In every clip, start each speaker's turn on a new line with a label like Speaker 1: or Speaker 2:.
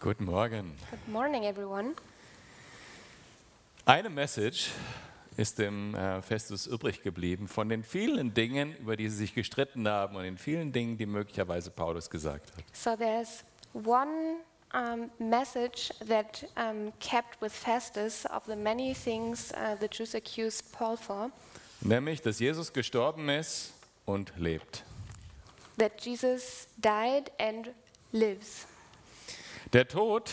Speaker 1: Guten Morgen.
Speaker 2: Good morning, everyone.
Speaker 1: Eine Message ist dem äh, Festus übrig geblieben von den vielen Dingen, über die sie sich gestritten haben und den vielen Dingen, die möglicherweise Paulus gesagt hat.
Speaker 2: So there's one um, message that um, kept with Festus of the many things uh, the Jews accused Paul for
Speaker 1: Nämlich, dass Jesus gestorben ist und lebt.
Speaker 2: that Jesus died and lives.
Speaker 1: Der Tod,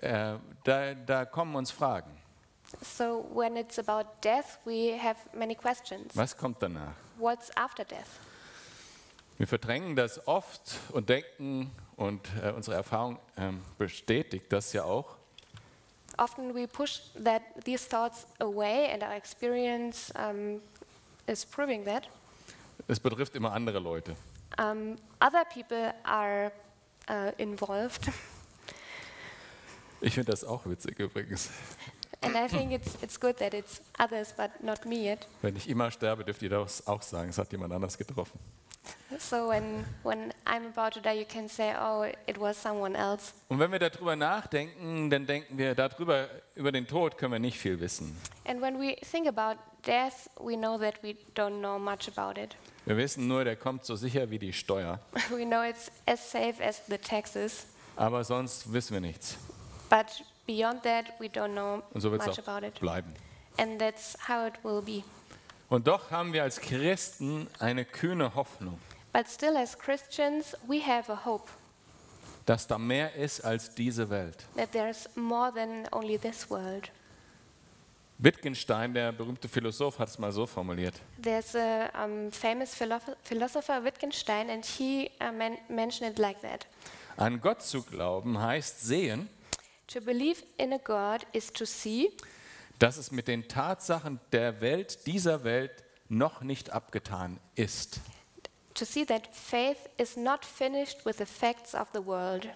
Speaker 1: äh, da, da kommen uns Fragen.
Speaker 2: So when it's about death, we have many questions.
Speaker 1: Was kommt danach?
Speaker 2: What's after death?
Speaker 1: Wir verdrängen das oft und denken, und äh, unsere Erfahrung ähm, bestätigt das ja auch,
Speaker 2: Often we push that these thoughts away, and our experience um, is proving that.
Speaker 1: es betrifft immer andere Leute.
Speaker 2: Um, other people are uh, involved.
Speaker 1: Ich finde das auch witzig übrigens.
Speaker 2: And I think it's, it's good that it's others, but not me yet.
Speaker 1: Wenn ich immer sterbe, dürft ihr das auch sagen. Es hat jemand anders getroffen.
Speaker 2: So when, when I'm about to die, you can say, oh, it was someone else.
Speaker 1: Und wenn wir darüber nachdenken, dann denken wir, darüber, über den Tod können wir nicht viel wissen.
Speaker 2: And when we think about death, we know that we don't know much about it.
Speaker 1: Wir wissen nur, der kommt so sicher wie die Steuer.
Speaker 2: we know it's as safe as the taxes,
Speaker 1: Aber sonst wissen wir nichts.
Speaker 2: but beyond that, we don't know
Speaker 1: Und so wird
Speaker 2: much
Speaker 1: es
Speaker 2: about
Speaker 1: auch
Speaker 2: it.
Speaker 1: bleiben.
Speaker 2: And that's how it will be.
Speaker 1: Und doch haben wir als Christen eine kühne Hoffnung,
Speaker 2: But still, as Christians, we have a hope
Speaker 1: dass da mehr ist als diese Welt.
Speaker 2: that there's more than only this world.
Speaker 1: Wittgenstein, der berühmte Philosoph, hat es mal so formuliert.
Speaker 2: There's a um, famous philosoph- philosopher, Wittgenstein, and he uh, men- mentioned it like that.
Speaker 1: An Gott zu glauben heißt sehen,
Speaker 2: To believe in a God is to see
Speaker 1: dass es mit den Tatsachen der Welt, dieser Welt, noch nicht abgetan ist.
Speaker 2: to see that faith is not finished with the facts of the world.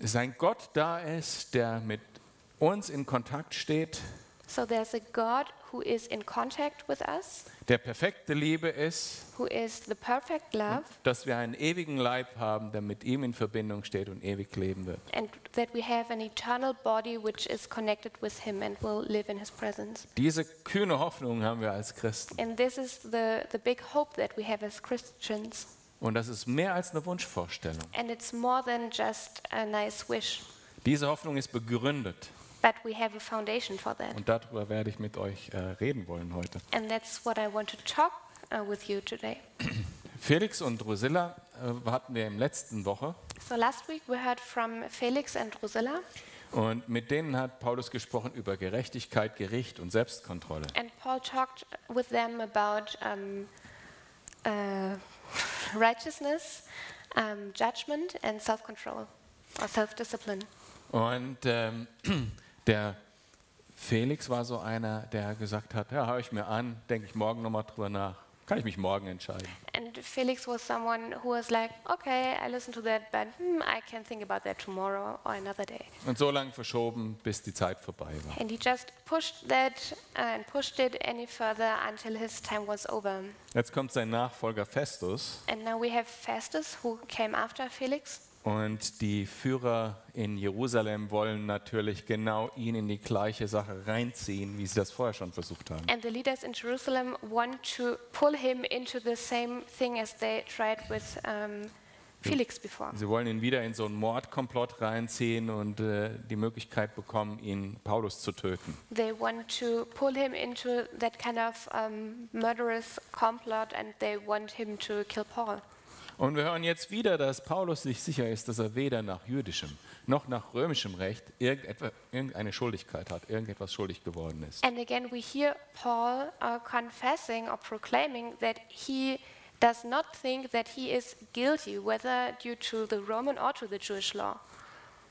Speaker 1: Sein Gott da ist, der mit uns in Kontakt steht,
Speaker 2: So there's a God who is in contact with us,
Speaker 1: der perfekte Liebe ist,
Speaker 2: who is the perfect love,
Speaker 1: dass wir einen ewigen Leib haben, der mit ihm in Verbindung steht und ewig leben wird.
Speaker 2: and that we have an eternal body which is connected with Him and will live in His presence.
Speaker 1: Diese kühne Hoffnung haben wir als Christen.
Speaker 2: And this is the, the big hope that we have as Christians.
Speaker 1: Und das ist mehr als eine Wunschvorstellung.
Speaker 2: And it's more than just a nice wish,
Speaker 1: Diese Hoffnung ist begründet.
Speaker 2: but we have a foundation for that.
Speaker 1: Und darüber werde ich mit euch äh, reden wollen heute.
Speaker 2: And that's what I want to talk uh, with you today.
Speaker 1: Felix und Drusilla äh, hatten wir im letzten Woche.
Speaker 2: So last week we heard from Felix and Rosilla,
Speaker 1: Und mit denen hat Paulus gesprochen über Gerechtigkeit, Gericht und Selbstkontrolle.
Speaker 2: and Paul talked with them about um, uh, righteousness, um, judgment, and self control or self discipline.
Speaker 1: Und ähm, der Felix war so einer, der gesagt hat, ja, höre ich mir an, denke ich morgen nochmal drüber nach, kann ich mich morgen entscheiden.
Speaker 2: And Felix was someone who was like, okay, I listened to that, but hmm, I can think about that tomorrow or another day.
Speaker 1: Und so lange verschoben, bis die Zeit vorbei war.
Speaker 2: And he just pushed that uh, and pushed it any further until his time was over.
Speaker 1: Jetzt kommt sein Nachfolger Festus
Speaker 2: And now we have Festus, who came after Felix.
Speaker 1: und die Führer in Jerusalem wollen natürlich genau ihn in die gleiche Sache reinziehen, wie sie das vorher schon versucht haben.
Speaker 2: And the leaders in Jerusalem want to pull him into the same thing as they tried with um, Felix before.
Speaker 1: Sie wollen ihn wieder in so einen Mordkomplott reinziehen und äh, die Möglichkeit bekommen, ihn Paulus zu töten.
Speaker 2: They want to pull him into that kind of um, murderous complot and they want him to kill Paul.
Speaker 1: Und wir hören jetzt wieder, dass Paulus sich sicher ist, dass er weder nach jüdischem noch nach römischem Recht irgendetwa- irgendeine Schuldigkeit hat, irgendetwas schuldig geworden ist.
Speaker 2: And again, we hear Paul uh, confessing or proclaiming that he does not think that he is guilty, whether due to the Roman or to the Jewish law.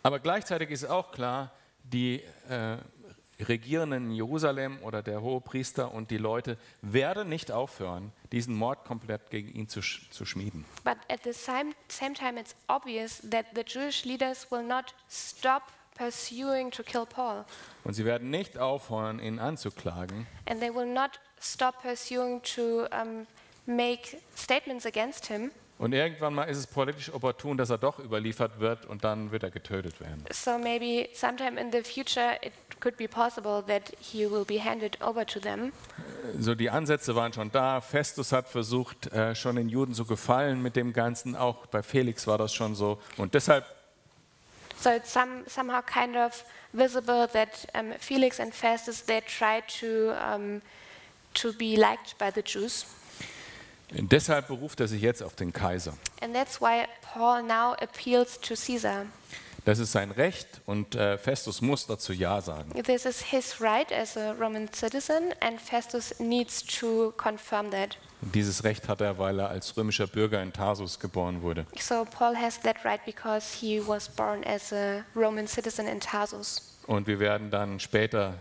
Speaker 1: Aber gleichzeitig ist auch klar, die äh, Regierenden in Jerusalem oder der Hohepriester und die Leute werden nicht aufhören, diesen Mord komplett gegen ihn zu, sch zu schmieden.
Speaker 2: But at the same, same time, it's obvious that the Jewish leaders will not stop pursuing to kill Paul,
Speaker 1: Und sie werden nicht aufhören, ihn anzuklagen.
Speaker 2: and they will not stop pursuing to um, make statements against him.
Speaker 1: Und irgendwann mal ist es politisch opportun, dass er doch überliefert wird und dann wird er getötet werden.
Speaker 2: So maybe sometime in the future it could be possible that he will be handed over to them.
Speaker 1: So die Ansätze waren schon da. Festus hat versucht, äh, schon den Juden zu gefallen mit dem Ganzen. Auch bei Felix war das schon so. Und deshalb
Speaker 2: So it's some, somehow kind of visible that um, Felix and Festus they try to um, to be liked by the Jews,
Speaker 1: Deshalb beruft er sich jetzt auf den Kaiser.
Speaker 2: and that's why Paul now appeals to Caesar.
Speaker 1: Das ist sein Recht und äh, Festus muss dazu Ja sagen.
Speaker 2: This is his right as a Roman citizen, and Festus needs to confirm that.
Speaker 1: Und dieses Recht hat er, weil er als römischer Bürger in Tarsus geboren wurde.
Speaker 2: So Paul has that right because he was born as a Roman citizen in Tarsus.
Speaker 1: Und wir werden dann später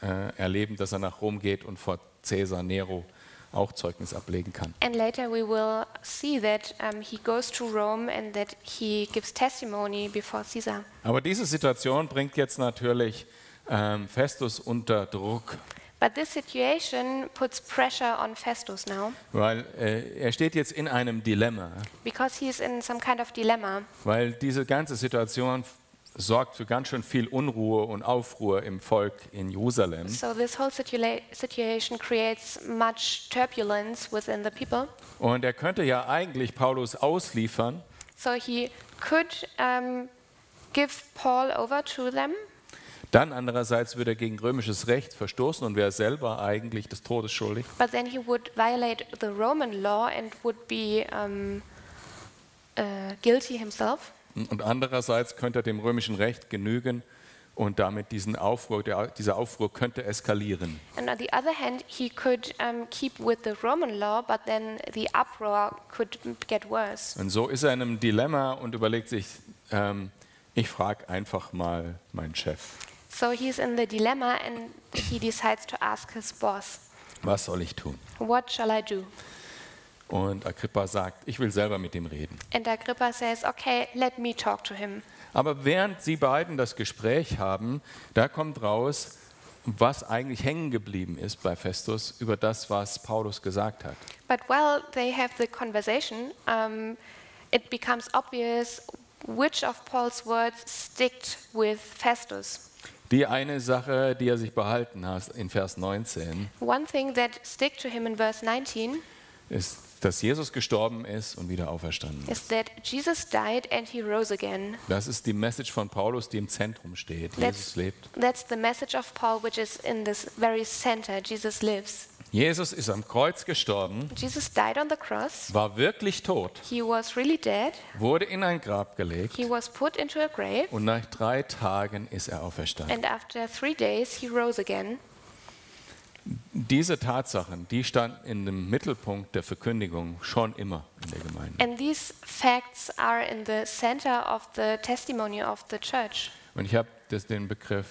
Speaker 1: äh, erleben, dass er nach Rom geht und vor Caesar Nero auch Zeugnis ablegen kann.
Speaker 2: And later we will see that um, he goes to Rome and that he gives testimony before Caesar.
Speaker 1: Aber diese Situation bringt jetzt natürlich ähm, Festus unter Druck,
Speaker 2: But this situation puts pressure on Festus now
Speaker 1: weil äh, er steht jetzt in einem Dilemma,
Speaker 2: because he is in some kind of dilemma
Speaker 1: weil diese ganze Situation f- sorgt für ganz schön viel Unruhe und Aufruhr im Volk in Jerusalem.
Speaker 2: So this whole situa- situation creates much turbulence within the people.
Speaker 1: Und er könnte ja eigentlich Paulus ausliefern,
Speaker 2: So he could um, give Paul over to them,
Speaker 1: dann andererseits würde er gegen römisches Recht verstoßen und wäre selber eigentlich des Todes schuldig.
Speaker 2: but then he would violate the Roman law and would be um, uh, guilty himself.
Speaker 1: Und andererseits könnte er dem römischen Recht genügen und damit diesen Aufruhr, der, dieser Aufruhr könnte eskalieren.
Speaker 2: And on the other hand, he could um, keep with the Roman law, but then the uproar could get worse.
Speaker 1: Und so ist er in einem Dilemma und überlegt sich, ähm, ich frage einfach mal meinen Chef,
Speaker 2: So he's in the dilemma and he decides to ask his boss,
Speaker 1: was soll ich tun?
Speaker 2: What shall I do?
Speaker 1: Und Agrippa sagt, ich will selber mit ihm reden.
Speaker 2: And Agrippa says, Okay, let me talk to him.
Speaker 1: Aber während sie beiden das Gespräch haben, da kommt raus, was eigentlich hängen geblieben ist bei Festus über das, was Paulus gesagt hat.
Speaker 2: But while they have the conversation, um, it becomes obvious which of Paul's words sticked with Festus.
Speaker 1: Die eine Sache, die er sich behalten hat in Vers 19,
Speaker 2: One thing that stick to him in verse 19
Speaker 1: ist, dass Jesus gestorben ist und wieder auferstanden ist.
Speaker 2: is that Jesus died and he rose again.
Speaker 1: Das ist die Message von Paulus, die im Zentrum steht. Jesus lebt.
Speaker 2: that's the message of Paul, which is in this very center. Jesus lives.
Speaker 1: Jesus ist am Kreuz gestorben,
Speaker 2: Jesus died on the cross.
Speaker 1: war wirklich tot,
Speaker 2: He was really dead.
Speaker 1: wurde in ein Grab gelegt
Speaker 2: He was put into a grave,
Speaker 1: und nach drei Tagen ist er auferstanden.
Speaker 2: and after three days he rose again.
Speaker 1: Diese Tatsachen, die standen in dem Mittelpunkt der Verkündigung schon immer in der Gemeinde.
Speaker 2: And these facts are in the center of the testimony of the church.
Speaker 1: Und ich habe das- den Begriff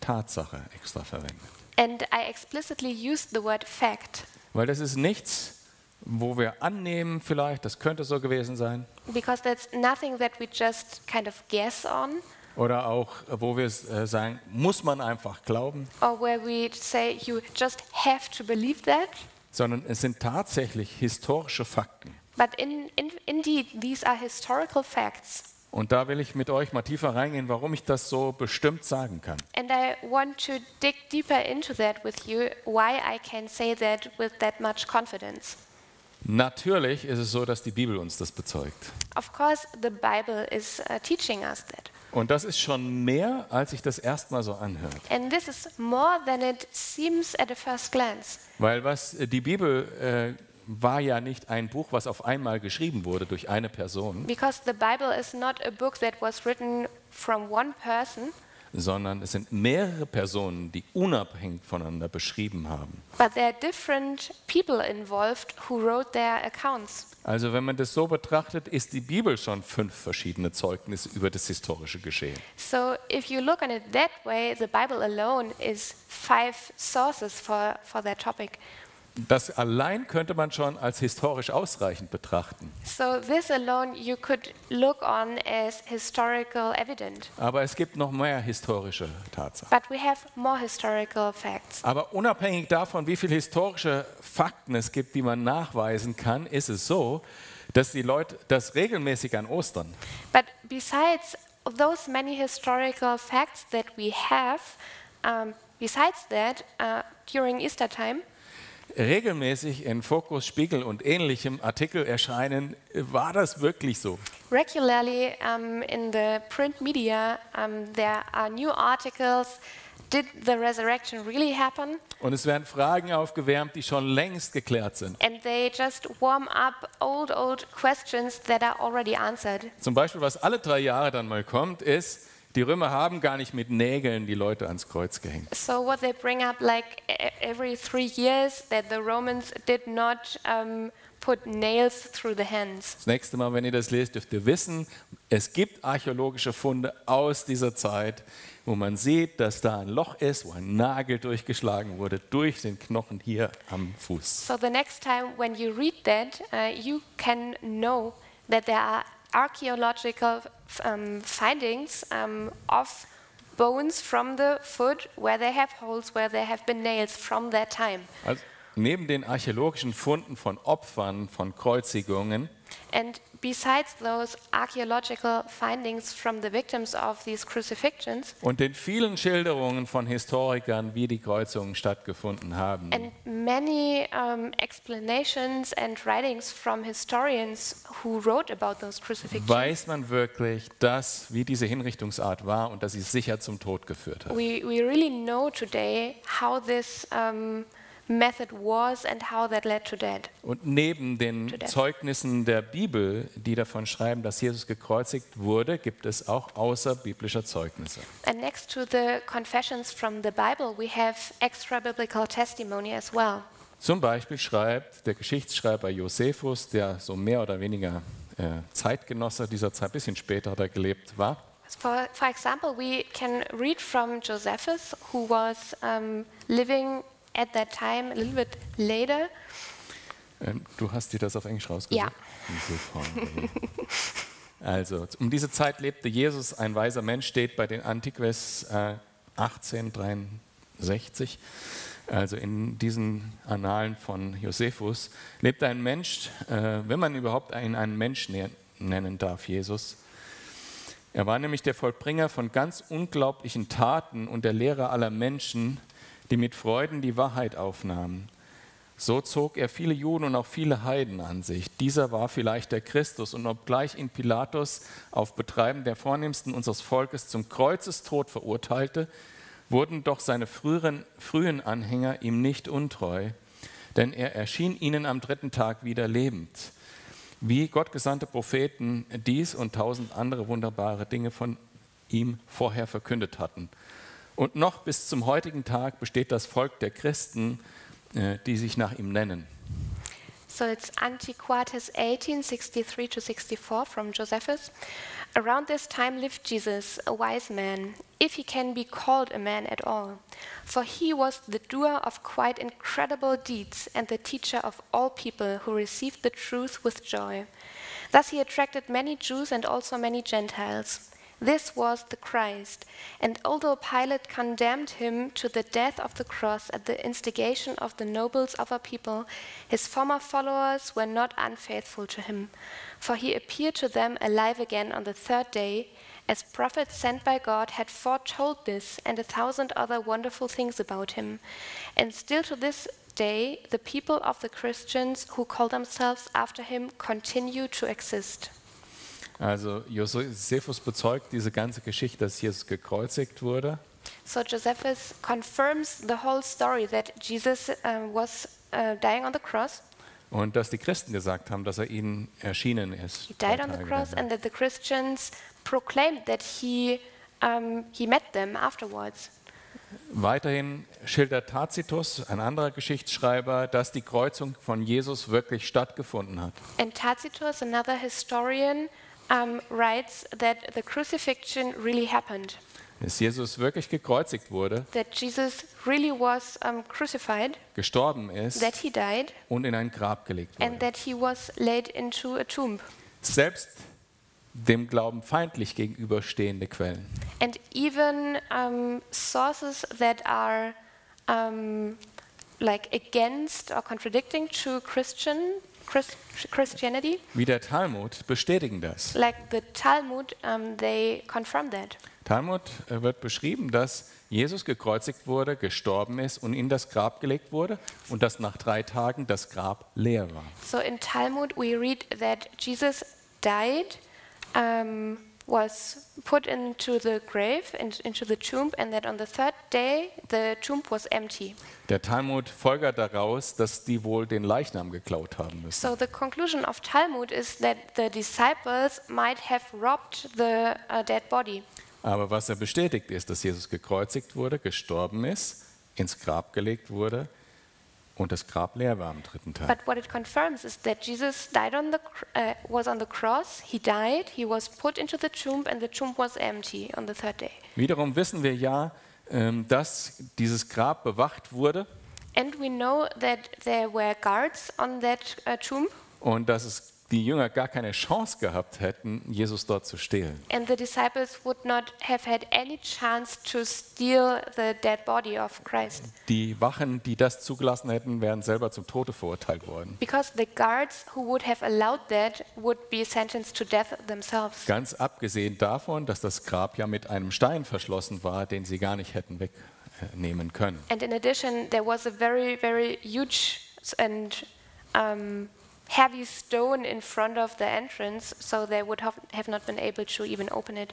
Speaker 1: Tatsache extra verwendet.
Speaker 2: And I explicitly used the word fact
Speaker 1: Weil das ist nichts, wo wir annehmen vielleicht, das könnte so gewesen sein.
Speaker 2: because that's nothing that we just kind of guess on
Speaker 1: Oder auch, äh, wo wir es, äh, sagen, muss man einfach glauben,
Speaker 2: or where we say you just have to believe that.
Speaker 1: sondern es sind tatsächlich historische Fakten.
Speaker 2: But in, in, indeed, these are historical facts.
Speaker 1: Und da will ich mit euch mal tiefer reingehen, warum ich das so bestimmt sagen kann.
Speaker 2: And I want to dig deeper into that with you, why I can say that with that much confidence.
Speaker 1: Natürlich ist es so, dass die Bibel uns das bezeugt.
Speaker 2: Of course, the Bible is uh, teaching us that.
Speaker 1: Und das ist schon mehr, als ich das erstmal so anhört.
Speaker 2: And this is more than it seems at a first glance.
Speaker 1: Weil was äh, die Bibel äh, war ja nicht ein Buch, was auf einmal geschrieben wurde durch eine Person,
Speaker 2: Because the Bible is not a book that was written from one person,
Speaker 1: sondern es sind mehrere Personen, die unabhängig voneinander beschrieben haben.
Speaker 2: but there are different people involved who wrote their accounts.
Speaker 1: Also wenn man das so betrachtet, ist die Bibel schon fünf verschiedene Zeugnisse über das historische Geschehen.
Speaker 2: So if you look on it that way, the Bible alone is five sources for, for that topic.
Speaker 1: Das allein könnte man schon als historisch ausreichend betrachten.
Speaker 2: So this alone you could look on as historical evident.
Speaker 1: Aber es gibt noch mehr historische Tatsachen.
Speaker 2: But we have more historical facts.
Speaker 1: Aber unabhängig davon, wie viele historische Fakten es gibt, die man nachweisen kann, ist es so, dass die Leute das regelmäßig an Ostern
Speaker 2: But besides those many historical facts that we have, um, besides that, uh, during Easter time,
Speaker 1: regelmäßig in Fokus, Spiegel und ähnlichem Artikel erscheinen, war das wirklich so?
Speaker 2: regularly um, in the print media, um, there are new articles. Did the resurrection really happen?
Speaker 1: Und es werden Fragen aufgewärmt, die schon längst geklärt sind.
Speaker 2: And they just warm up old, old questions that are already answered.
Speaker 1: Zum Beispiel, was alle drei Jahre dann mal kommt, ist, die Römer haben gar nicht mit Nägeln die Leute ans Kreuz gehängt.
Speaker 2: So what they bring up, like e- every three years, that the Romans did not um, put nails through the hands.
Speaker 1: Das nächste Mal, wenn ihr das lest, dürft ihr wissen, es gibt archäologische Funde aus dieser Zeit, wo man sieht, dass da ein Loch ist, wo ein Nagel durchgeschlagen wurde, durch den Knochen hier am Fuß.
Speaker 2: So the next time when you read that, uh, you can know that there are archaeological um, findings um, of bones from the foot where they have holes, where there have been nails from that time.
Speaker 1: Also neben den archäologischen Funden von Opfern, von Kreuzigungen,
Speaker 2: And besides those archaeological findings from the victims of these crucifixions,
Speaker 1: und den vielen Schilderungen von Historikern, wie die Kreuzungen stattgefunden haben,
Speaker 2: and many um, explanations and writings from historians who wrote about those crucifixions.
Speaker 1: weiß man wirklich, dass, wie diese Hinrichtungsart war und dass sie sicher zum Tod geführt hat.
Speaker 2: we, we really know today how this um, method was and how that led to death.
Speaker 1: Und neben den
Speaker 2: death.
Speaker 1: Zeugnissen der Bibel, die davon schreiben, dass Jesus gekreuzigt wurde, gibt es auch außerbiblischer Zeugnisse.
Speaker 2: And next to the confessions from the Bible, we have extra biblical testimony as well.
Speaker 1: Zum Beispiel schreibt der Geschichtsschreiber Josephus, der so mehr oder weniger äh, Zeitgenosse dieser Zeit, ein bisschen später hat er gelebt, war.
Speaker 2: For, for example, we can read from Josephus, who was um, living at that time a little bit later.
Speaker 1: Ähm, Du hast dir das auf Englisch rausgesucht?
Speaker 2: Ja.
Speaker 1: Diese Frau, ey. Also, um diese Zeit lebte Jesus, ein weiser Mensch, steht bei den Antiques äh, 1863. Also in diesen Annalen von Josephus lebte ein Mensch, äh, wenn man überhaupt einen, einen Mensch ne- nennen darf, Jesus. Er war nämlich der Vollbringer von ganz unglaublichen Taten und der Lehrer aller Menschen, die mit Freuden die Wahrheit aufnahmen. So zog er viele Juden und auch viele Heiden an sich. Dieser war vielleicht der Christus. Und obgleich ihn Pilatus auf Betreiben der Vornehmsten unseres Volkes zum Kreuzestod verurteilte, wurden doch seine früheren, frühen Anhänger ihm nicht untreu, denn er erschien ihnen am dritten Tag wieder lebend, wie gottgesandte Propheten dies und tausend andere wunderbare Dinge von ihm vorher verkündet hatten. Und noch bis zum heutigen Tag besteht das Volk der Christen, äh, die sich nach ihm nennen.
Speaker 2: So it's Antiquates 1863 to 64 from Josephus. Around this time lived Jesus, a wise man, if he can be called a man at all. For he was the doer of quite incredible deeds and the teacher of all people who received the truth with joy. Thus he attracted many Jews and also many Gentiles. This was the Christ. And although Pilate condemned him to the death of the cross at the instigation of the nobles of our people, his former followers were not unfaithful to him. For he appeared to them alive again on the third day, as prophets sent by God had foretold this and a thousand other wonderful things about him. And still to this day, the people of the Christians who call themselves after him continue to exist.
Speaker 1: Also Josephus bezeugt diese ganze Geschichte, dass Jesus gekreuzigt wurde.
Speaker 2: So Josephus confirms the whole story that Jesus uh, was uh, dying on the cross.
Speaker 1: Und dass die Christen gesagt haben, dass er ihnen erschienen ist.
Speaker 2: He died
Speaker 1: drei
Speaker 2: on the
Speaker 1: Tage
Speaker 2: cross,
Speaker 1: danach.
Speaker 2: and that the Christians proclaimed that he um, he met them afterwards.
Speaker 1: Weiterhin schildert Tacitus, ein anderer Geschichtsschreiber, dass die Kreuzung von Jesus wirklich stattgefunden hat.
Speaker 2: And Tacitus, another historian, um, writes that the crucifixion really happened.
Speaker 1: Dass Jesus wirklich gekreuzigt wurde,
Speaker 2: That Jesus really was um, crucified.
Speaker 1: gestorben ist
Speaker 2: That he died,
Speaker 1: und in ein Grab gelegt wurde.
Speaker 2: and that he was laid into a tomb.
Speaker 1: Selbst dem Glauben feindlich gegenüberstehende Quellen.
Speaker 2: And even um, sources that are um, like against or contradicting to Christian Chris- Christianity,
Speaker 1: Wie der Talmud bestätigen das.
Speaker 2: like the Talmud, um, they confirm that.
Speaker 1: Talmud äh, wird beschrieben, dass Jesus gekreuzigt wurde, gestorben ist und in das Grab gelegt wurde und dass nach drei Tagen das Grab leer war.
Speaker 2: So in Talmud, we read that Jesus died, um, was put into the grave, in, into the tomb, and that on the third day the tomb was empty.
Speaker 1: Der Talmud folgert daraus, dass die wohl den Leichnam geklaut haben müssen.
Speaker 2: So the conclusion of Talmud is that the disciples might have robbed the uh, dead body.
Speaker 1: Aber was er bestätigt ist, dass Jesus gekreuzigt wurde, gestorben ist, ins Grab gelegt wurde und das Grab leer war am dritten Tag.
Speaker 2: But what it confirms is that Jesus died on the cr- uh, was on the cross. He died. He was put into the tomb, and the tomb was empty on the third day.
Speaker 1: Wiederum wissen wir ja, ähm, dass dieses Grab bewacht wurde
Speaker 2: And we know that there were guards on that uh, tomb,
Speaker 1: und dass es die Jünger gar keine Chance gehabt hätten, Jesus dort zu stehlen.
Speaker 2: and the disciples would not have had any chance to steal the dead body of Christ
Speaker 1: Die Wachen, die das zugelassen hätten, wären selber zum Tode verurteilt worden.
Speaker 2: because the guards who would have allowed that would be sentenced to death themselves.
Speaker 1: Ganz abgesehen davon, dass das Grab ja mit einem Stein verschlossen war, den sie gar nicht hätten wegnehmen können.
Speaker 2: And in addition, there was a very, very huge s- and um, heavy stone in front of the entrance, so they would have, have not been able to even open it.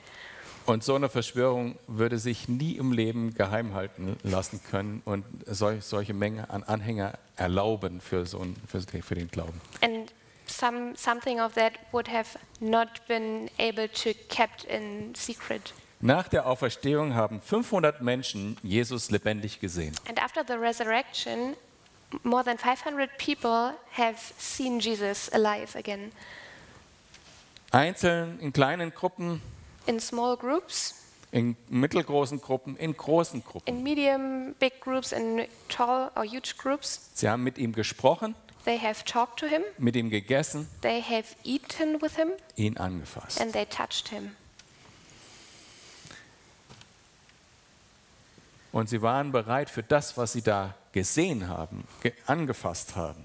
Speaker 1: Und so eine Verschwörung würde sich nie im Leben geheim halten lassen können und sol solche Menge an Anhänger erlauben für, so ein, für, für den Glauben.
Speaker 2: And some, something of that would have not been able to kept in secret.
Speaker 1: Nach der Auferstehung haben 500 Menschen Jesus lebendig gesehen.
Speaker 2: And after the resurrection, m- more than 500 people have seen Jesus alive again
Speaker 1: Einzeln, in kleinen Gruppen,
Speaker 2: in small groups,
Speaker 1: in mittelgroßen Gruppen, in großen Gruppen.
Speaker 2: in medium, big groups, in tall or huge groups.
Speaker 1: Sie haben mit ihm gesprochen,
Speaker 2: They have talked to him.
Speaker 1: mit ihm gegessen,
Speaker 2: They have eaten with him
Speaker 1: ihn angefasst.
Speaker 2: and they touched him.
Speaker 1: Und sie waren bereit für das, was sie da gesehen haben, ge angefasst haben,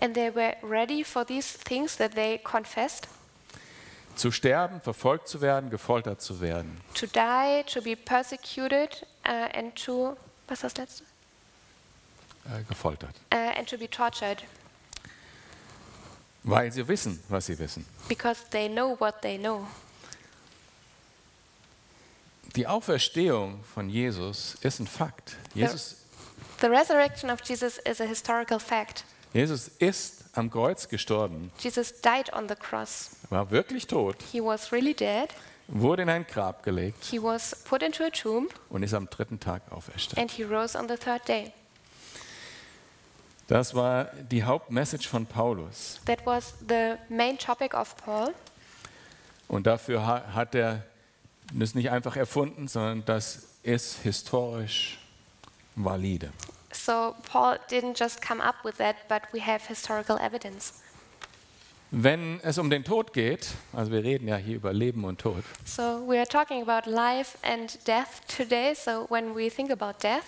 Speaker 2: And they were ready for these things that they confessed
Speaker 1: zu sterben, verfolgt zu werden, gefoltert zu werden.
Speaker 2: to die, to be persecuted, uh, and to. Was ist das letzte?
Speaker 1: äh, gefoltert.
Speaker 2: Uh, and to be tortured
Speaker 1: Weil sie wissen, was sie wissen.
Speaker 2: because they know what they know.
Speaker 1: Die Auferstehung von Jesus ist ein Fakt. Jesus,
Speaker 2: The resurrection of Jesus is a historical fact.
Speaker 1: Jesus ist am Kreuz gestorben,
Speaker 2: Jesus died on the cross.
Speaker 1: war wirklich tot,
Speaker 2: He was really dead.
Speaker 1: wurde in ein Grab gelegt
Speaker 2: He was put into a tomb
Speaker 1: und ist am dritten Tag auferstanden.
Speaker 2: and he rose on the third day.
Speaker 1: Das war die Hauptmessage von Paulus.
Speaker 2: That was the main topic of Paul.
Speaker 1: Und dafür ha- hat er das nicht einfach erfunden, sondern das ist historisch valide.
Speaker 2: So Paul didn't just come up with that, but we have historical evidence.
Speaker 1: Wenn es um den Tod geht, also wir reden ja hier über Leben und Tod,
Speaker 2: So we are talking about life and death today. So when we think about death,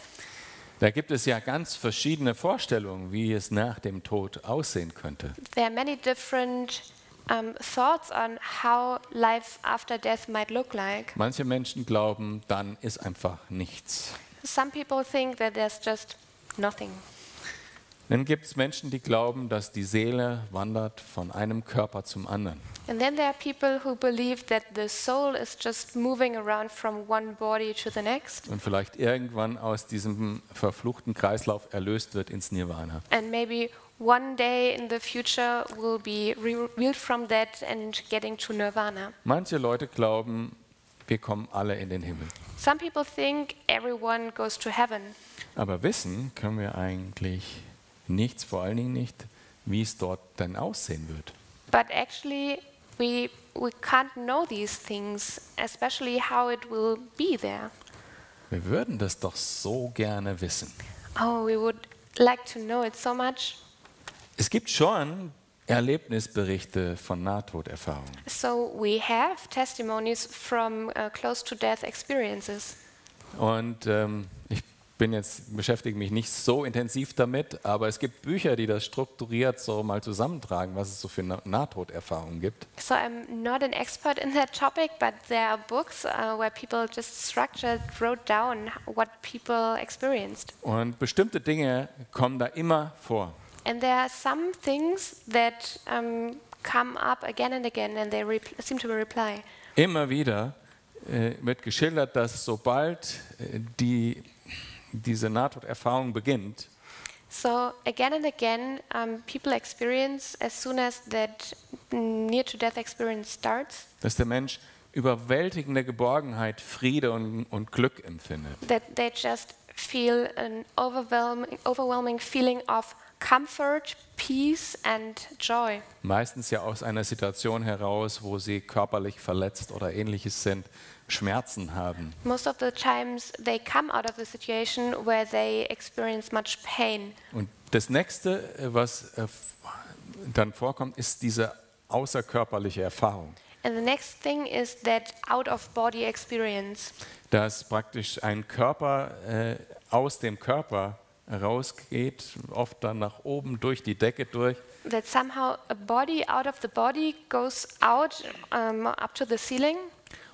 Speaker 1: Da gibt es ja ganz verschiedene Vorstellungen, wie es nach dem Tod aussehen könnte.
Speaker 2: there are many different um, thoughts on how life after death might look like.
Speaker 1: Manche Menschen glauben, dann ist einfach nichts.
Speaker 2: Some people think that there's just nothing.
Speaker 1: Dann gibt es Menschen, die glauben, dass die Seele wandert von einem Körper zum anderen.
Speaker 2: And then there are people who believe that the soul is just moving around from one body to the next
Speaker 1: Und vielleicht irgendwann aus diesem verfluchten Kreislauf erlöst wird ins Nirvana.
Speaker 2: and maybe one day in the future will be revealed from that and getting to nirvana.
Speaker 1: Manche Leute glauben, wir kommen alle in den Himmel.
Speaker 2: Some people think everyone goes to heaven,
Speaker 1: Aber wissen können wir eigentlich nichts, vor allen Dingen nicht, wie es dort dann aussehen wird.
Speaker 2: but actually we we can't know these things, especially how it will be there.
Speaker 1: Wir würden das doch so gerne wissen.
Speaker 2: Oh, we would like to know it so much.
Speaker 1: Es gibt schon Erlebnisberichte von Nahtoderfahrungen.
Speaker 2: So we have testimonies from uh, close to death experiences.
Speaker 1: Und ähm, ich bin jetzt, beschäftige mich nicht so intensiv damit, aber es gibt Bücher, die das strukturiert so mal zusammentragen, was es so für Na- Nahtoderfahrungen gibt.
Speaker 2: So I'm not an expert in that topic, but there are books uh, where people just structured wrote down what people experienced.
Speaker 1: Und bestimmte Dinge kommen da immer vor.
Speaker 2: And there are some things that um, come up again and again, and they repl- seem to reply.
Speaker 1: Immer wieder äh, wird geschildert, dass sobald äh, die, diese Nahtoderfahrung beginnt,
Speaker 2: So again and again, um, people experience as soon as that near-to-death experience starts
Speaker 1: dass der Mensch überwältigende Geborgenheit, Friede und, und Glück empfindet.
Speaker 2: that they just feel an overwhelming, overwhelming feeling of comfort, peace, and joy.
Speaker 1: Meistens ja aus einer Situation heraus, wo sie körperlich verletzt oder ähnliches sind, Schmerzen haben.
Speaker 2: Most of the times, they come out of a situation where they experience much pain.
Speaker 1: Und das nächste, äh, was äh, f- dann vorkommt, ist diese außerkörperliche Erfahrung,
Speaker 2: And the next thing is that out of body experience,
Speaker 1: dass praktisch ein Körper äh, aus dem Körper rausgeht, oft dann nach oben durch die Decke durch
Speaker 2: that somehow a body out of the body goes out um, up to the ceiling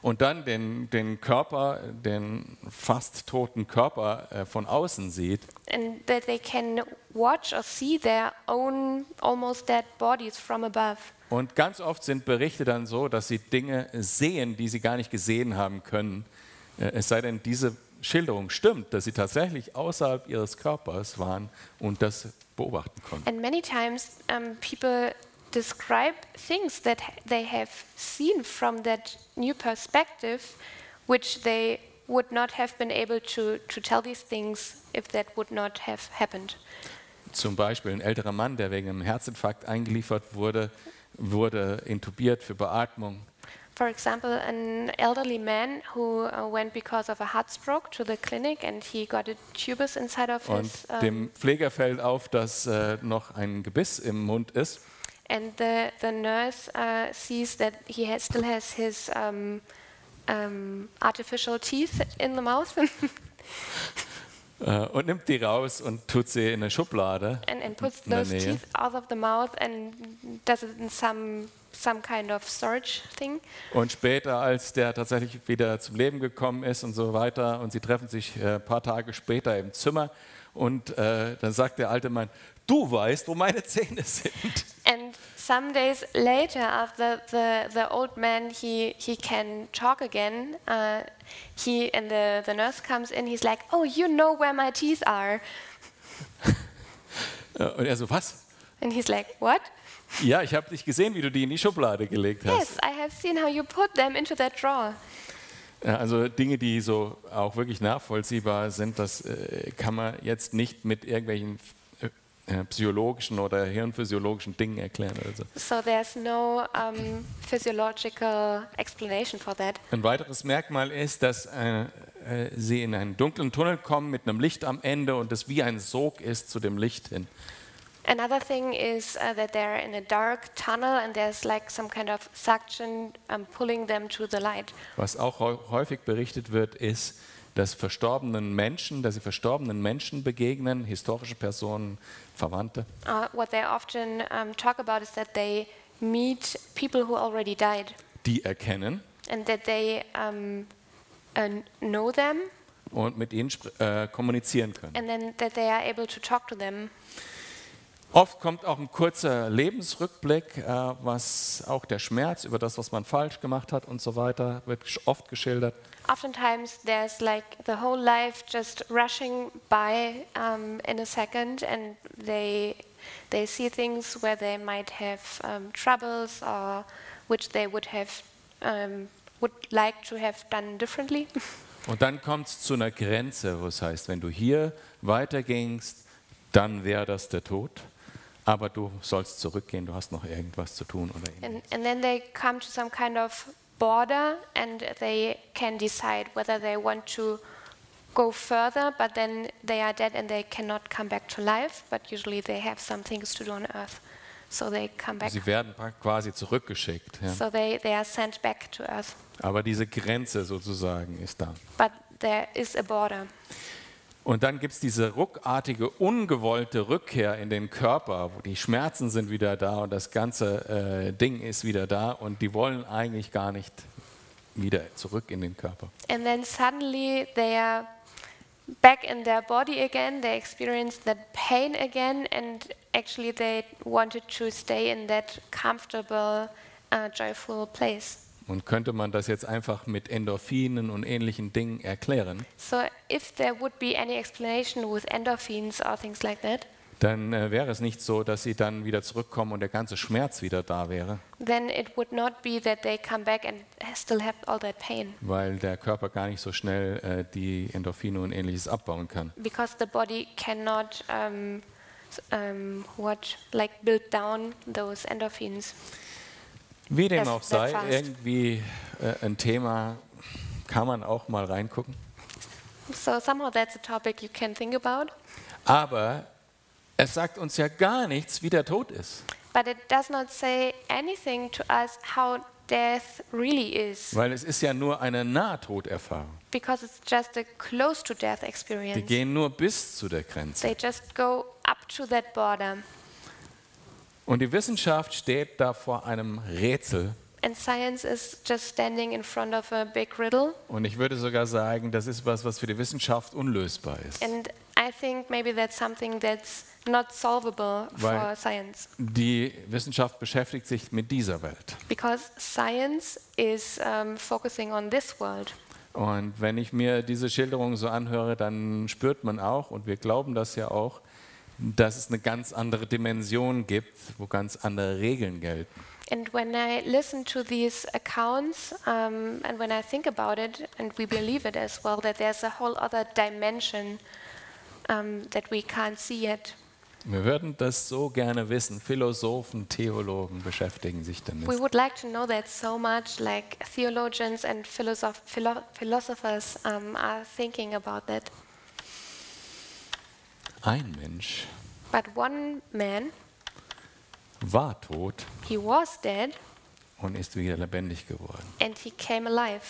Speaker 1: und dann den, den Körper, den fast toten Körper äh, von außen sieht
Speaker 2: and that they can watch or see their own almost dead bodies from above.
Speaker 1: Und ganz oft sind Berichte dann so, dass sie Dinge sehen, die sie gar nicht gesehen haben können. Äh, Es sei denn, diese Schilderung stimmt, dass sie tatsächlich außerhalb ihres Körpers waren und das beobachten konnten.
Speaker 2: And many times, um, people describe things that h- they have seen from that new perspective, which they would not have been able to, to tell these things if that would not have happened.
Speaker 1: Zum Beispiel ein älterer Mann, der wegen einem Herzinfarkt eingeliefert wurde, wurde intubiert für Beatmung.
Speaker 2: For example, an elderly man who uh, went because of a heart stroke to the clinic and he got a tubus inside of
Speaker 1: Und
Speaker 2: his. um,
Speaker 1: dem Pfleger fällt auf, dass äh, noch ein Gebiss im Mund ist.
Speaker 2: and the, the nurse uh, sees that he has, still has his um, um, artificial teeth in the mouth
Speaker 1: Äh, und nimmt die raus und tut sie in eine Schublade.
Speaker 2: and, and puts
Speaker 1: in der
Speaker 2: those
Speaker 1: Nähe.
Speaker 2: teeth out of the mouth and does it in some, some kind of storage thing.
Speaker 1: Und später, als der tatsächlich wieder zum Leben gekommen ist und so weiter, und sie treffen sich äh, ein paar Tage später im Zimmer, und äh, dann sagt der alte Mann, du weißt, wo meine Zähne sind.
Speaker 2: And some days later, after the, the old man he he can talk again, uh, he and the, the nurse comes in. He's like, "Oh, you know where my teeth are,"
Speaker 1: Äh, und er so, was?
Speaker 2: and he's like, "What?
Speaker 1: Ja, ich habe dich gesehen, wie du die in die Schublade gelegt hast.
Speaker 2: Yes, I have seen how you put them into that drawer."
Speaker 1: Ja, also Dinge, die so auch wirklich nachvollziehbar sind, das äh, kann man jetzt nicht mit irgendwelchen äh, äh, psychologischen oder hirnphysiologischen Dingen erklären. Oder so.
Speaker 2: So there's no um, physiological explanation for that.
Speaker 1: Ein weiteres Merkmal ist, dass äh, äh, sie in einen dunklen Tunnel kommen mit einem Licht am Ende und das wie ein Sog ist zu dem Licht hin.
Speaker 2: Another thing is uh, that they're in a dark tunnel, and there's like some kind of suction um, pulling them to the light.
Speaker 1: Was auch häu- häufig berichtet wird, ist, dass verstorbenen Menschen, dass sie verstorbenen Menschen begegnen, historische Personen, Verwandte,
Speaker 2: Uh, what they often um, talk about is that they meet people who already died
Speaker 1: die erkennen
Speaker 2: and that they um, uh, know them
Speaker 1: und mit ihnen spr- äh, kommunizieren können.
Speaker 2: and then that they are able to talk to them.
Speaker 1: Oft kommt auch ein kurzer Lebensrückblick, äh, was auch der Schmerz über das, was man falsch gemacht hat und so weiter, wird gesch- oft geschildert.
Speaker 2: Oftentimes, there's like the whole life just rushing by um, in a second, and they they see things where they might have um, troubles or which they would have um, would like to have done differently.
Speaker 1: Und dann kommt es zu einer Grenze, wo es heißt, wenn du hier weitergingst, dann wäre das der Tod. Aber du sollst zurückgehen, du hast noch irgendwas zu tun oder ähnliches.
Speaker 2: And, and then they come to some kind of border and they can decide whether they want to go further, but then they are dead and they cannot come back to life. But usually they have some things to do on earth. So they come back.
Speaker 1: Sie werden pra- quasi zurückgeschickt. Ja.
Speaker 2: So they, they are sent back to earth.
Speaker 1: Aber diese Grenze sozusagen ist da.
Speaker 2: But there is a border.
Speaker 1: Und dann gibt es diese ruckartige, ungewollte Rückkehr in den Körper, wo die Schmerzen sind wieder da und das ganze äh, Ding ist wieder da und die wollen eigentlich gar nicht wieder zurück in den Körper.
Speaker 2: And then suddenly they are back in their body again, they experience that pain again, and actually they wanted to stay in that comfortable, uh, joyful place.
Speaker 1: Und könnte man das jetzt einfach mit Endorphinen und ähnlichen Dingen erklären,
Speaker 2: So, if there would be any explanation with endorphins or things like that,
Speaker 1: dann äh, wäre es nicht so, dass sie dann wieder zurückkommen und der ganze Schmerz wieder da wäre,
Speaker 2: then it would not be that they come back and still have all that pain,
Speaker 1: weil der Körper gar nicht so schnell äh, die Endorphine und ähnliches abbauen kann.
Speaker 2: because the body cannot, um, s- um, what, like build down those endorphins.
Speaker 1: Wie dem
Speaker 2: Das-
Speaker 1: auch
Speaker 2: das
Speaker 1: sei,
Speaker 2: passt.
Speaker 1: irgendwie äh, ein Thema kann man auch mal reingucken.
Speaker 2: So, somehow that's a topic you can think about,
Speaker 1: Aber es sagt uns ja gar nichts, wie der Tod ist.
Speaker 2: but it does not say anything to us how death really is,
Speaker 1: Weil es ist ja nur eine Nahtoderfahrung.
Speaker 2: because it's just a close to death
Speaker 1: Die
Speaker 2: experience.
Speaker 1: gehen nur bis zu der Grenze.
Speaker 2: They just go up to that border.
Speaker 1: Und die Wissenschaft steht da vor einem Rätsel.
Speaker 2: And science is just standing in front of a big riddle.
Speaker 1: Und ich würde sogar sagen, das ist was, was für die Wissenschaft unlösbar ist.
Speaker 2: And I think maybe that's something that's not solvable
Speaker 1: Weil-
Speaker 2: for science
Speaker 1: Die Wissenschaft beschäftigt sich mit dieser Welt.
Speaker 2: because science is um, focusing on this world.
Speaker 1: Und wenn ich mir diese Schilderung so anhöre, dann spürt man auch, und wir glauben das ja auch, dass es eine ganz andere Dimension gibt, wo ganz andere Regeln gelten.
Speaker 2: And when I listen to these accounts um, and when I think about it, and we believe it as well, that there's a whole other dimension um, that we can't see yet.
Speaker 1: Wir würden das so gerne wissen. Philosophen, Theologen beschäftigen sich damit.
Speaker 2: We would like to know that so much, like theologians and philosoph- philo- philosophers um, are thinking about that.
Speaker 1: Ein Mensch
Speaker 2: But one man,
Speaker 1: war tot
Speaker 2: he was dead
Speaker 1: und ist wieder lebendig geworden.
Speaker 2: and he came alive.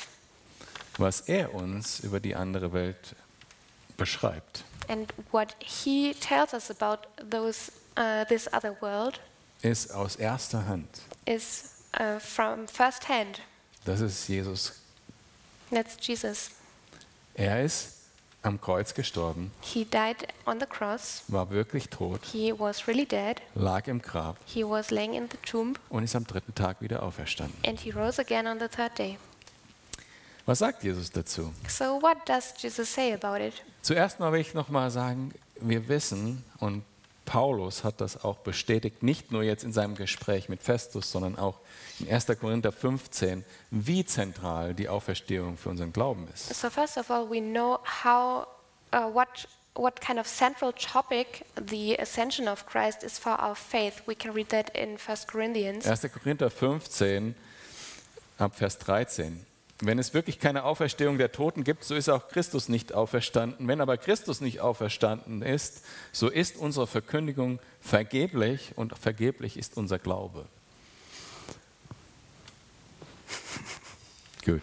Speaker 1: Was er uns über die andere Welt beschreibt,
Speaker 2: And what he tells us about those, uh, this other world
Speaker 1: ist aus erster Hand.
Speaker 2: is uh, from first hand.
Speaker 1: Das ist Jesus.
Speaker 2: That's Jesus.
Speaker 1: Er ist am Kreuz gestorben,
Speaker 2: He died on the cross.
Speaker 1: war wirklich tot,
Speaker 2: He was really dead.
Speaker 1: lag im Grab
Speaker 2: He was laying in the tomb
Speaker 1: und ist am dritten Tag wieder auferstanden.
Speaker 2: and he rose again on the third day.
Speaker 1: Was sagt Jesus dazu?
Speaker 2: So, what does Jesus say about it?
Speaker 1: Zuerst mal will ich noch mal sagen, wir wissen und Paulus hat das auch bestätigt, nicht nur jetzt in seinem Gespräch mit Festus, sondern auch in 1. Korinther 15, wie zentral die Auferstehung für unseren Glauben ist.
Speaker 2: So first of all, we know how, uh, what, what kind of central topic the ascension of Christ is for our faith. We can read that in 1 Corinthians.
Speaker 1: 1. Korinther 15 ab Vers 13. Wenn es wirklich keine Auferstehung der Toten gibt, so ist auch Christus nicht auferstanden. Wenn aber Christus nicht auferstanden ist, so ist unsere Verkündigung vergeblich und vergeblich ist unser Glaube. Gut.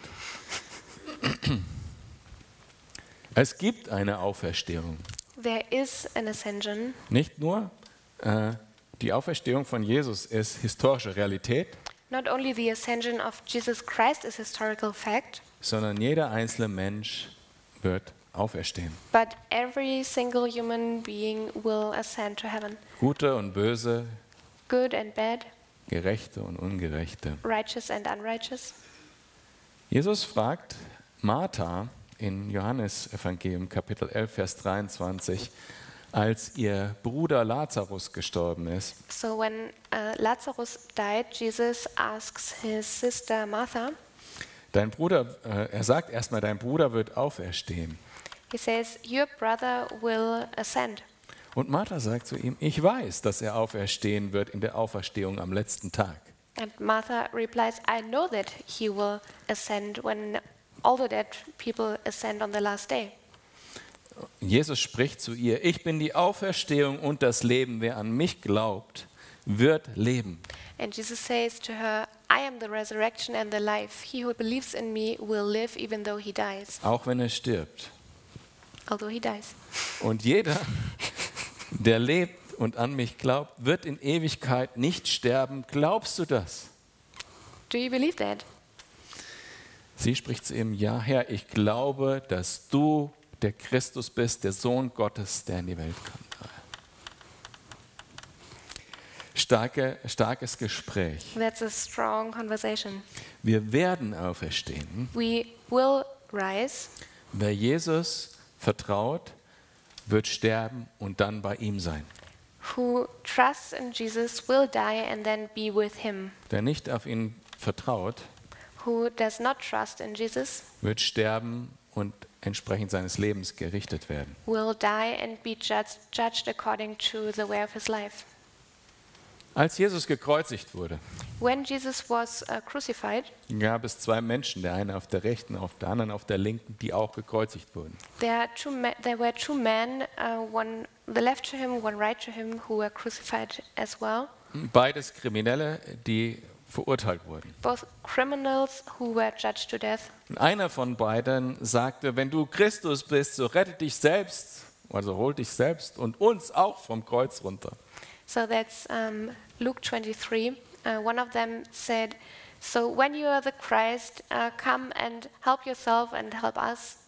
Speaker 1: Es gibt eine Auferstehung.
Speaker 2: There is an ascension.
Speaker 1: Nicht nur äh, die Auferstehung von Jesus ist historische Realität,
Speaker 2: Not only the ascension of Jesus Christ is historical fact,
Speaker 1: sondern jeder einzelne Mensch wird auferstehen.
Speaker 2: but every single human being will ascend to heaven.
Speaker 1: Gute und böse,
Speaker 2: Good and bad,
Speaker 1: gerechte und ungerechte.
Speaker 2: righteous and unrighteous.
Speaker 1: Jesus fragt Martha in Johannes Evangelium Kapitel 11 Vers 23, als ihr Bruder Lazarus gestorben ist,
Speaker 2: So when uh, Lazarus died, Jesus asks his sister Martha,
Speaker 1: dein Bruder, äh, er sagt erstmal, dein Bruder wird auferstehen.
Speaker 2: he says, Your brother will ascend.
Speaker 1: Und Martha sagt zu ihm, ich weiß, dass er auferstehen wird in der Auferstehung am letzten Tag.
Speaker 2: And Martha replies, I know that he will ascend when all the dead people ascend on the last day.
Speaker 1: Jesus spricht zu ihr, ich bin die Auferstehung und das Leben. Wer an mich glaubt, wird leben.
Speaker 2: And Jesus says to her, I am the resurrection and the life. He who believes in me will live even though he dies,
Speaker 1: Auch wenn er stirbt.
Speaker 2: although he dies.
Speaker 1: Und jeder, der lebt und an mich glaubt, wird in Ewigkeit nicht sterben. Glaubst du das?
Speaker 2: Do you believe that?
Speaker 1: Sie spricht zu ihm, ja Herr, ich glaube, dass du der Christus bist, der Sohn Gottes, der in die Welt kommt. Starke, starkes Gespräch.
Speaker 2: That's a strong conversation.
Speaker 1: Wir werden auferstehen.
Speaker 2: We will rise.
Speaker 1: Wer Jesus vertraut, wird sterben und dann bei ihm sein.
Speaker 2: Who trusts in Jesus will die and then be with him.
Speaker 1: Wer nicht auf ihn vertraut,
Speaker 2: Who does not trust in Jesus
Speaker 1: wird sterben und entsprechend seines Lebens gerichtet werden.
Speaker 2: will die and be judged, judged according to the way of his life.
Speaker 1: Als Jesus gekreuzigt wurde,
Speaker 2: When Jesus was uh, crucified,
Speaker 1: gab es zwei Menschen, der eine auf der rechten, auf der anderen auf der linken, die auch gekreuzigt wurden.
Speaker 2: there, are two me- there were two men, uh, one the left to him, one right to him, who were crucified as well.
Speaker 1: Beides Kriminelle, die verurteilt wurden.
Speaker 2: Both criminals who were judged to death.
Speaker 1: Und einer von beiden sagte, wenn du Christus bist, so rette dich selbst, also hol dich selbst und uns auch vom Kreuz runter.
Speaker 2: So that's um, Luke 23. Uh, one of them said, So when you are the Christ, uh, come and help yourself and help us.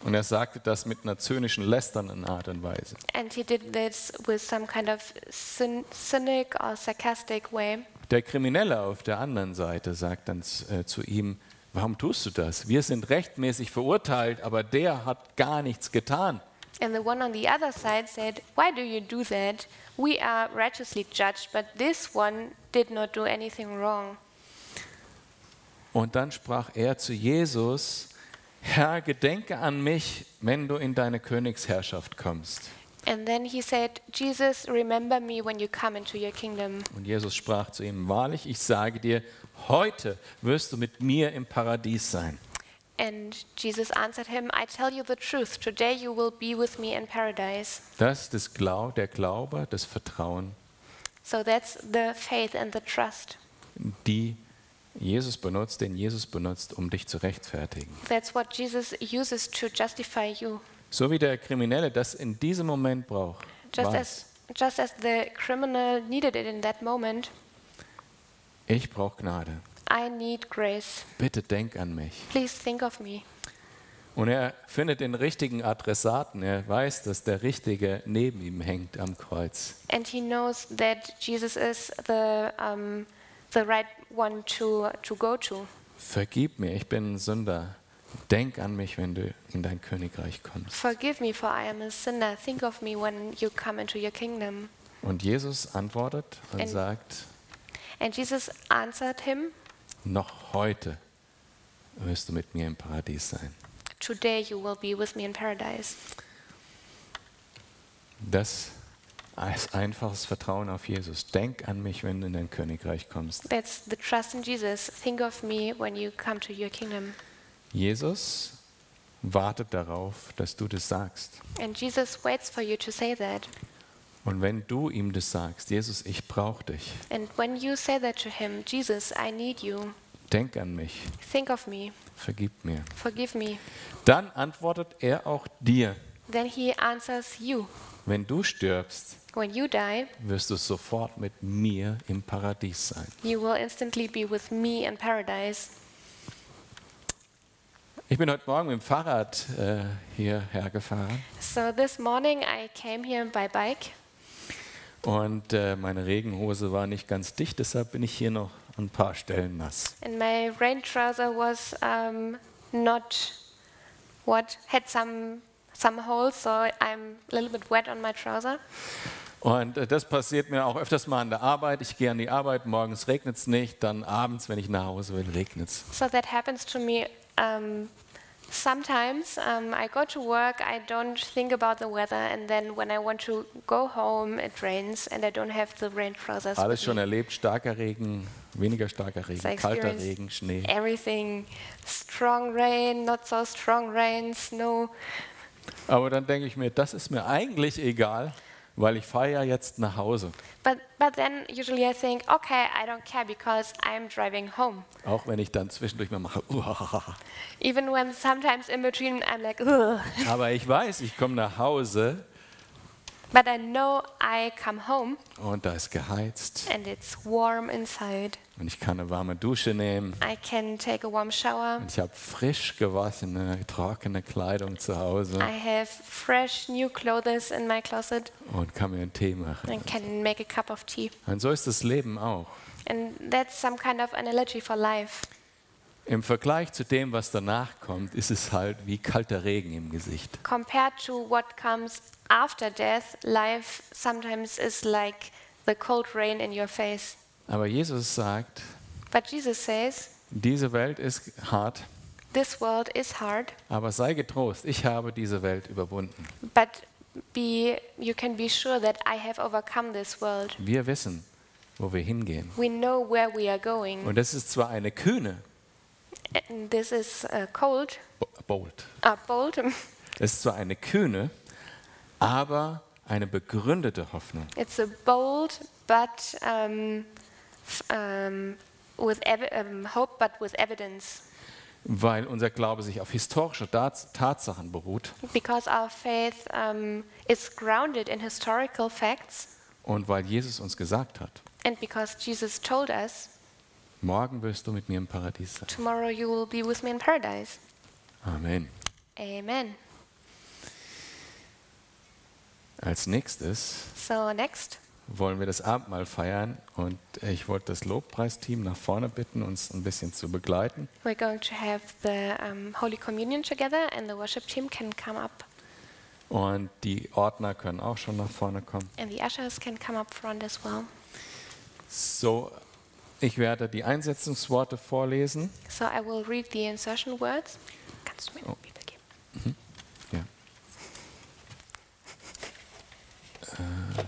Speaker 1: Und er sagte das mit einer zynischen, lästernden Art und Weise.
Speaker 2: And he did this with some kind of cyn- cynic or sarcastic way.
Speaker 1: Der Kriminelle auf der anderen Seite sagt dann z- äh, zu ihm, warum tust du das? Wir sind rechtmäßig verurteilt, aber der hat gar nichts getan.
Speaker 2: And the one on the other side said, Why do you do that? We are righteously judged, but this one did not do anything wrong.
Speaker 1: Und dann sprach er zu Jesus, Herr, gedenke an mich, wenn du in deine Königsherrschaft kommst.
Speaker 2: And then he said, Jesus, remember me when you come into your kingdom.
Speaker 1: Und Jesus sprach zu ihm, wahrlich, ich sage dir, heute wirst du mit mir im Paradies sein.
Speaker 2: And Jesus answered him, I tell you the truth, today you will be with me in paradise.
Speaker 1: Das ist das Glau, der Glaube, das Vertrauen,
Speaker 2: So that's the faith and the trust.
Speaker 1: die Jesus benutzt, den Jesus benutzt, um dich zu rechtfertigen.
Speaker 2: That's what Jesus uses to justify you.
Speaker 1: So wie der Kriminelle das in diesem Moment braucht,
Speaker 2: Just as
Speaker 1: weiß,
Speaker 2: just as the criminal needed it in that moment,
Speaker 1: ich brauche Gnade.
Speaker 2: I need grace.
Speaker 1: Bitte denk an mich.
Speaker 2: Please think of me.
Speaker 1: Und er findet den richtigen Adressaten. Er weiß, dass der Richtige neben ihm hängt am Kreuz.
Speaker 2: And he knows that Jesus is the um, the right one to to go to.
Speaker 1: Vergib mir, ich bin ein Sünder. Denk an mich, wenn du in dein Königreich kommst.
Speaker 2: Forgive me, for I am a sinner. Think of me when you come into your kingdom.
Speaker 1: Und Jesus antwortet und
Speaker 2: Ein-
Speaker 1: sagt,
Speaker 2: And Jesus answered him,
Speaker 1: noch heute wirst du mit mir im Paradies sein.
Speaker 2: Today you will be with me in paradise.
Speaker 1: Das ist einfaches Vertrauen auf Jesus. Denk an mich, wenn du in dein Königreich kommst.
Speaker 2: That's the trust in Jesus. Think of me when you come to your kingdom.
Speaker 1: Jesus wartet darauf, dass du das sagst.
Speaker 2: And Jesus waits for you to say that.
Speaker 1: Und wenn du ihm das sagst, Jesus, ich brauche dich,
Speaker 2: And when you say that to him, Jesus, I need you.
Speaker 1: denk an mich,
Speaker 2: Think of me.
Speaker 1: vergib mir,
Speaker 2: Forgive me.
Speaker 1: dann antwortet er auch dir.
Speaker 2: Then he answers you.
Speaker 1: Wenn du stirbst,
Speaker 2: When you die,
Speaker 1: wirst du sofort mit mir im Paradies sein.
Speaker 2: you will instantly be with me in paradise.
Speaker 1: Ich bin heute Morgen mit dem Fahrrad äh, hierher gefahren
Speaker 2: So this morning I came here by bike.
Speaker 1: und äh, meine Regenhose war nicht ganz dicht, deshalb bin ich hier noch an ein paar Stellen nass.
Speaker 2: And my rain trouser was um, not what had some some holes, so I'm a little bit wet on my trouser.
Speaker 1: Und äh, das passiert mir auch öfters mal an der Arbeit. Ich gehe an die Arbeit, morgens regnet es nicht, dann abends, wenn ich nach Hause will, regnet es.
Speaker 2: So that happens to me um, sometimes. Um, I go to work, I don't think about the weather, and then when I want to go home, it rains, and I don't have the rain trousers. with
Speaker 1: Alles schon
Speaker 2: me.
Speaker 1: erlebt, starker Regen, weniger starker Regen,
Speaker 2: So I
Speaker 1: kalter
Speaker 2: experienced
Speaker 1: Regen, Schnee.
Speaker 2: Everything, strong rain, not so strong rain, snow.
Speaker 1: Aber dann denke ich mir, das ist mir eigentlich egal, weil ich fahre ja jetzt nach Hause,
Speaker 2: But, but then usually I think, okay, I don't care because I'm driving home.
Speaker 1: auch wenn ich dann zwischendurch mal mache.
Speaker 2: Even when sometimes in between I'm like, ugh.
Speaker 1: Aber ich weiß, ich komme nach Hause
Speaker 2: But I know I come home
Speaker 1: und da ist geheizt
Speaker 2: and it's warm inside.
Speaker 1: und ich kann eine warme Dusche nehmen.
Speaker 2: I can take a warm shower.
Speaker 1: Und ich habe frisch gewaschene, trockene Kleidung zu Hause
Speaker 2: I have fresh new clothes in my closet
Speaker 1: und kann mir einen Tee machen.
Speaker 2: and can make a cup of tea.
Speaker 1: Und so ist das Leben auch.
Speaker 2: And that's some kind of analogy for life.
Speaker 1: Im Vergleich zu dem, was danach kommt, ist es halt wie kalter Regen im Gesicht.
Speaker 2: Compared to what comes after death, life sometimes is like the cold rain in your face.
Speaker 1: Aber Jesus sagt,
Speaker 2: But Jesus says,
Speaker 1: diese Welt ist hart,
Speaker 2: This world is hard,
Speaker 1: aber sei getrost, ich habe diese Welt überwunden.
Speaker 2: but be, you can be sure that I have overcome this world.
Speaker 1: Wir wissen, wo wir hingehen.
Speaker 2: We know where we are going.
Speaker 1: Und das ist zwar eine kühne,
Speaker 2: And this is uh, cold,
Speaker 1: bo- bold,
Speaker 2: uh, bold.
Speaker 1: das ist zwar eine kühne, aber eine begründete Hoffnung.
Speaker 2: it's a bold, but um, f- um, with ev- um, hope, but with evidence.
Speaker 1: weil unser Glaube sich auf historische Tats- Tatsachen beruht
Speaker 2: Because our faith um, is grounded in historical facts,
Speaker 1: und weil Jesus uns gesagt hat,
Speaker 2: and because Jesus told us,
Speaker 1: morgen wirst du mit mir im Paradies sein.
Speaker 2: Tomorrow you will be with me in paradise.
Speaker 1: Amen.
Speaker 2: Amen.
Speaker 1: Als nächstes
Speaker 2: So, next.
Speaker 1: wollen wir das Abendmahl feiern und ich wollte das Lobpreisteam nach vorne bitten, uns ein bisschen zu begleiten.
Speaker 2: We're going to have the um, Holy Communion together, and the worship team can come up,
Speaker 1: Und die Ordner können auch schon nach vorne kommen.
Speaker 2: and the ushers can come up front as well.
Speaker 1: So, ich werde die Einsetzungsworte vorlesen.
Speaker 2: So I will read the insertion words. Kannst du mir
Speaker 1: Oh.
Speaker 2: wiedergeben?
Speaker 1: Ja. Äh, Äh,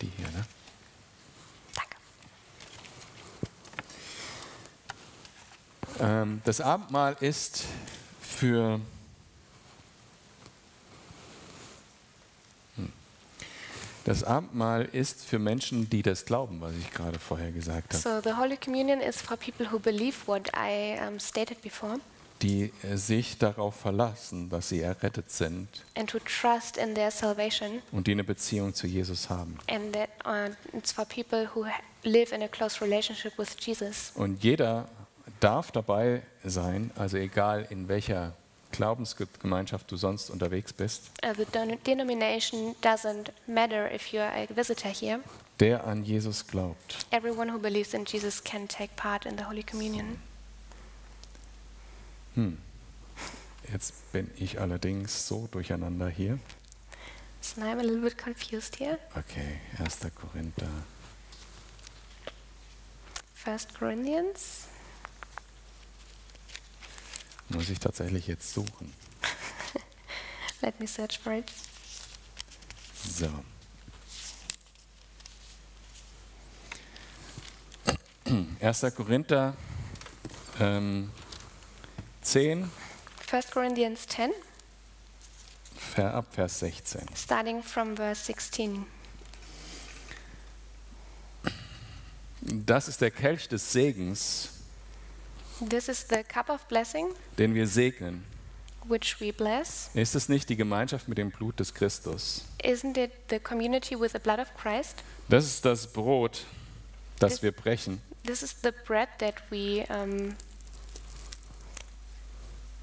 Speaker 1: die hier, ne?
Speaker 2: Danke.
Speaker 1: Ähm, das Abendmahl ist für. Hm. hm. Das Abendmahl ist für Menschen, die das glauben, was ich gerade vorher gesagt habe,
Speaker 2: So the Holy Communion is for people who believe what I um, stated before
Speaker 1: die äh, sich darauf verlassen, dass sie errettet sind
Speaker 2: and who trust in their salvation.
Speaker 1: und die eine Beziehung zu Jesus haben.
Speaker 2: And that uh, it's for people who ha- live in a close relationship with Jesus.
Speaker 1: Und jeder darf dabei sein, also egal in welcher Glaubensgemeinschaft du sonst unterwegs bist,
Speaker 2: Uh, the don- denomination doesn't matter if you're a visitor here.
Speaker 1: der an Jesus glaubt.
Speaker 2: Everyone who believes in Jesus can take part in the Holy Communion.
Speaker 1: Jetzt bin ich allerdings so durcheinander hier.
Speaker 2: So now I'm a little bit confused here.
Speaker 1: Okay, 1. Korinther.
Speaker 2: First Corinthians.
Speaker 1: Muss ich tatsächlich jetzt suchen.
Speaker 2: Let me search for it.
Speaker 1: So. Erster Korinther ähm, 10,
Speaker 2: First Corinthians 10,
Speaker 1: Ver- ab Vers 16.
Speaker 2: starting from verse 16.
Speaker 1: Das ist der Kelch des Segens,
Speaker 2: This is the cup of blessing
Speaker 1: den wir segnen.
Speaker 2: which we bless.
Speaker 1: Ist es nicht die Gemeinschaft mit dem Blut des Christus?
Speaker 2: Isn't it the community with the blood of Christ?
Speaker 1: Das ist das Brot, das
Speaker 2: Das-
Speaker 1: wir brechen.
Speaker 2: This is the bread that we um,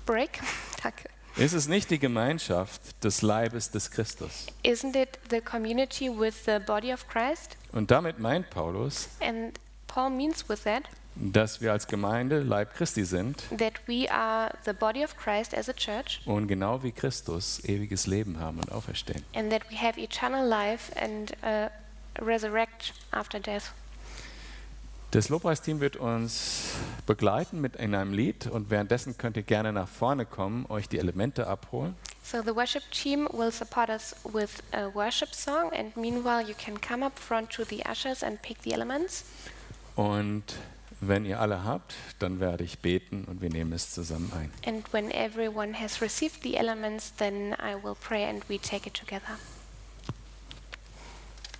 Speaker 2: break. Danke.
Speaker 1: Ist es nicht die Gemeinschaft des Leibes des Christus?
Speaker 2: Isn't it the community with the body of Christ?
Speaker 1: Und damit meint Paulus,
Speaker 2: And Paul means with that
Speaker 1: dass wir als Gemeinde Leib Christi sind
Speaker 2: that we are the body of Christ as a church
Speaker 1: und genau wie Christus ewiges Leben haben und auferstehen.
Speaker 2: and that we have eternal life and uh, resurrect after death.
Speaker 1: Das Lobpreisteam wird uns begleiten mit in einem Lied und währenddessen könnt ihr gerne nach vorne kommen, euch die Elemente abholen.
Speaker 2: So the worship team will support us with a worship song, and meanwhile you can come up front to the ushers and pick the elements.
Speaker 1: Und wenn ihr alle habt, dann werde ich beten und wir nehmen es zusammen ein.
Speaker 2: And when everyone has received the elements, then I will pray and we take it together.